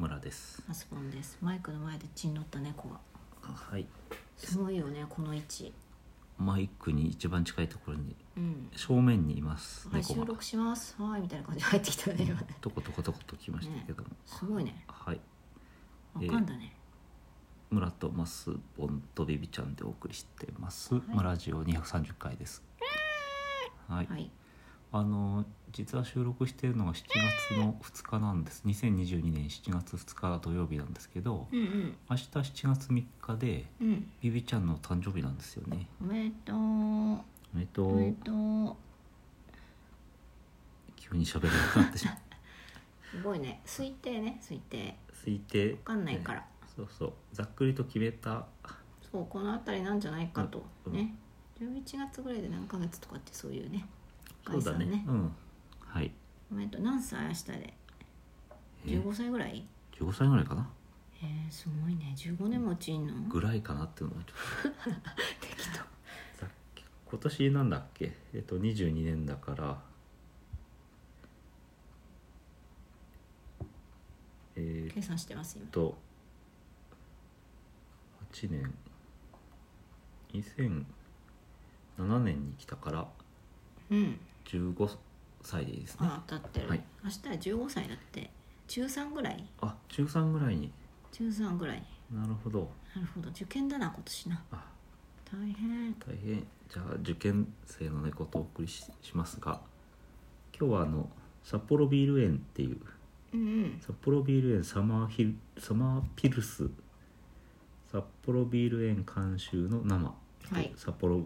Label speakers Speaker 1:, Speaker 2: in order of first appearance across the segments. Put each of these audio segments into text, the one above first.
Speaker 1: マスボンですマイクの前で血に乗った猫が
Speaker 2: はい
Speaker 1: すごいよねこの位置
Speaker 2: マイクに一番近いところに
Speaker 1: うん
Speaker 2: 正面にいます
Speaker 1: はい
Speaker 2: 猫
Speaker 1: 収
Speaker 2: が
Speaker 1: 録しますはいみたいな感じで入ってきたね今ね
Speaker 2: とことことこと来ましたけども、
Speaker 1: すごいね
Speaker 2: はい
Speaker 1: わかんだね、
Speaker 2: 村とマスボンとビビちゃんでお送りしてます、村ジオ230回ですはい、
Speaker 1: はい
Speaker 2: あの実は収録してるのが7月の2日なんです2022年7月2日土曜日なんですけど
Speaker 1: うんうん
Speaker 2: 明日7月3日で
Speaker 1: うん
Speaker 2: ビビちゃんの誕生日なんですよね
Speaker 1: おめでとう
Speaker 2: おめでと
Speaker 1: おめで
Speaker 2: う
Speaker 1: とう
Speaker 2: 急に喋れなくなってしまう
Speaker 1: すごいね推定ね推定
Speaker 2: 推定わ
Speaker 1: わかんないから、
Speaker 2: そうそうざっくりと決めた
Speaker 1: そうこの辺りなんじゃないかと、
Speaker 2: うん
Speaker 1: ね11月ぐらいで何ヶ月とかってそういうね
Speaker 2: そうだね
Speaker 1: 概算ね
Speaker 2: うんはい
Speaker 1: おめでとう何歳明日で
Speaker 2: え
Speaker 1: 15歳ぐらい
Speaker 2: 15歳ぐらいかな
Speaker 1: えー、すごいね15年もちいんの
Speaker 2: ぐらいかなっていうのがちょっ
Speaker 1: 適当
Speaker 2: とさっき今年なんだっけえっと22年だからえー、っ
Speaker 1: 計算してます今
Speaker 2: と8年2007年に来たから
Speaker 1: うん
Speaker 2: 15歳でいいですね
Speaker 1: あ当たってる、
Speaker 2: はい
Speaker 1: 明日は15歳だって中3ぐらい
Speaker 2: あ13ぐらいに
Speaker 1: 中3ぐらい
Speaker 2: なるほど
Speaker 1: なるほど受験だな今年な
Speaker 2: あ
Speaker 1: 大変
Speaker 2: 大変じゃあ受験生の猫とお送りししますが今日はあの札幌ビール園っていう
Speaker 1: うんうん
Speaker 2: 札幌ビール園サマーヒルサマーピルス札幌ビール園監修の生、
Speaker 1: はい
Speaker 2: 札幌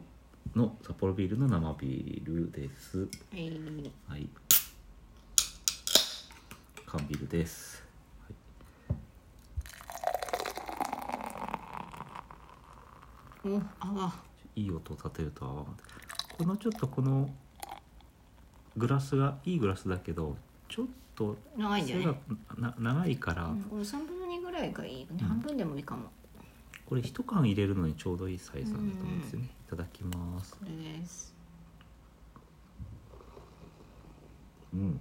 Speaker 2: の札幌ビールの生ビールです
Speaker 1: はい
Speaker 2: はい缶ビールです、はい
Speaker 1: おあ
Speaker 2: いい音を立てるとは思わなかったこのちょっとこのグラスがいいグラスだけどちょっと
Speaker 1: 長いんだよ
Speaker 2: 背
Speaker 1: ね
Speaker 2: がな長いから、
Speaker 1: うん、これ3分の2ぐらいがいいよね、
Speaker 2: うん
Speaker 1: 半分でもいいかも
Speaker 2: これ一缶入れるのにちょうどいいサイズなんだと思うんですよね、いただきます
Speaker 1: これです
Speaker 2: うん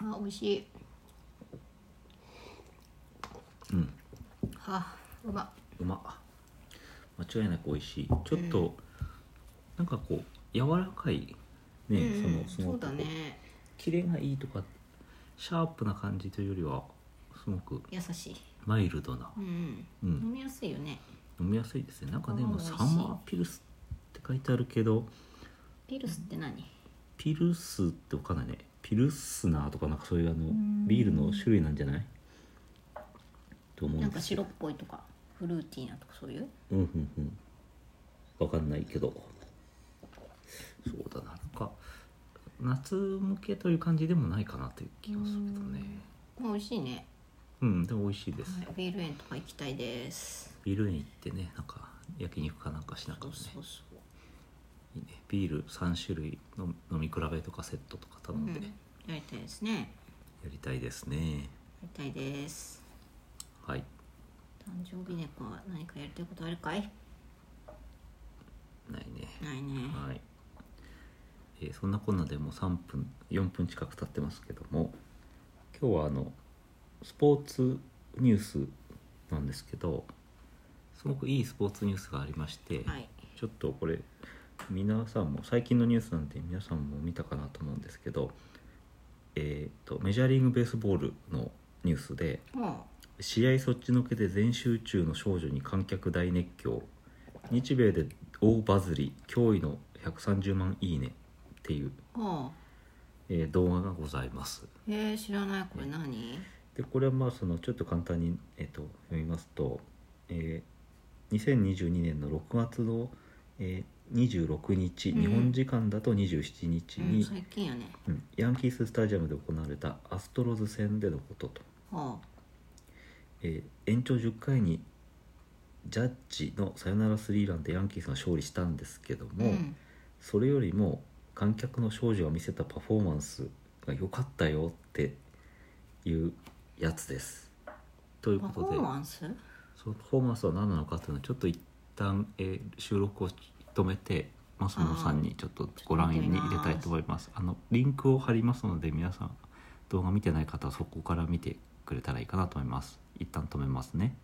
Speaker 1: あ美味しい
Speaker 2: うん
Speaker 1: はあうま
Speaker 2: うまっ間違いなく美味しいちょっと、なんかこう柔らかいね、
Speaker 1: うん
Speaker 2: その
Speaker 1: そうだね
Speaker 2: キレがいいとかシャープな感じというよりはすごく
Speaker 1: 優しい、
Speaker 2: マイルドな
Speaker 1: うん
Speaker 2: う
Speaker 1: うん、
Speaker 2: ん
Speaker 1: 飲みやすいよね
Speaker 2: 飲みやすいですねなんかで
Speaker 1: あ
Speaker 2: も
Speaker 1: ー美味し
Speaker 2: サ
Speaker 1: い
Speaker 2: マーピルスって書いてあるけど
Speaker 1: ピルスって何
Speaker 2: ピルスってわかんないねピルスナーとかなんかそういうあの
Speaker 1: ん
Speaker 2: ビールの種類なんじゃないと思う
Speaker 1: なんん
Speaker 2: で
Speaker 1: か
Speaker 2: すけど
Speaker 1: 白っぽいとかフルーティーなとかそういう
Speaker 2: うんうんうんわかんないけどそうだななんか夏向けという感じでもないかなという気がするけどね
Speaker 1: まあ美味しいね、
Speaker 2: うんでも美味しいです、
Speaker 1: はい、ビール園とか行きたいです
Speaker 2: ビール園行ってねなんか焼肉かなんかしなが
Speaker 1: そ
Speaker 2: ら
Speaker 1: う
Speaker 2: ね
Speaker 1: そうそう
Speaker 2: いいねビール3種類の飲み比べとかセットとか頼んで
Speaker 1: うんやりたいですねや
Speaker 2: やりたいですね、
Speaker 1: りたいです
Speaker 2: はい
Speaker 1: 誕生日猫は何かやりたいことあるかい
Speaker 2: ないね
Speaker 1: ないね
Speaker 2: はい、えーそんなこんなでもう3分4分近く経ってますけども今日はあのスポーツニュースなんですけどすごくいいスポーツニュースがありまして、
Speaker 1: はい
Speaker 2: ちょっとこれ皆さんも最近のニュースなんて皆さんも見たかなと思うんですけど、えー、とメジャーリーグベースボールのニュースで
Speaker 1: も
Speaker 2: 試合そっちのけで全集中の少女に観客大熱狂日米で大バズり驚異の130万いいねっていう、
Speaker 1: うああ
Speaker 2: えー動画がございます
Speaker 1: えー、知らないこれ何
Speaker 2: でこれはまあそのちょっと簡単に、えー、と読みますと、えー2022年の6月の、えー26日、
Speaker 1: うん
Speaker 2: 日本時間だと27日
Speaker 1: うん、
Speaker 2: に、
Speaker 1: 最近やね
Speaker 2: うんヤンキーススタジアムで行われたアストロズ戦でのことと。
Speaker 1: はあ
Speaker 2: えー延長10回にジャッジのサヨナラスリーランでヤンキースが勝利したんですけども、
Speaker 1: ん、
Speaker 2: それよりも観客の少女が見せたパフォーマンスが良かったよっていうやつです。という
Speaker 1: パ
Speaker 2: こと
Speaker 1: フ
Speaker 2: で
Speaker 1: ォーマンス
Speaker 2: そのパフォーマンスは何なのかっていうのをちょっと一旦、えー収録を止めて松野さんにちょっとご覧に入れたいと思いますあのリンクを貼りますので皆さん動画見てない方はそこから見てくれたらいいかなと思います一旦止めますね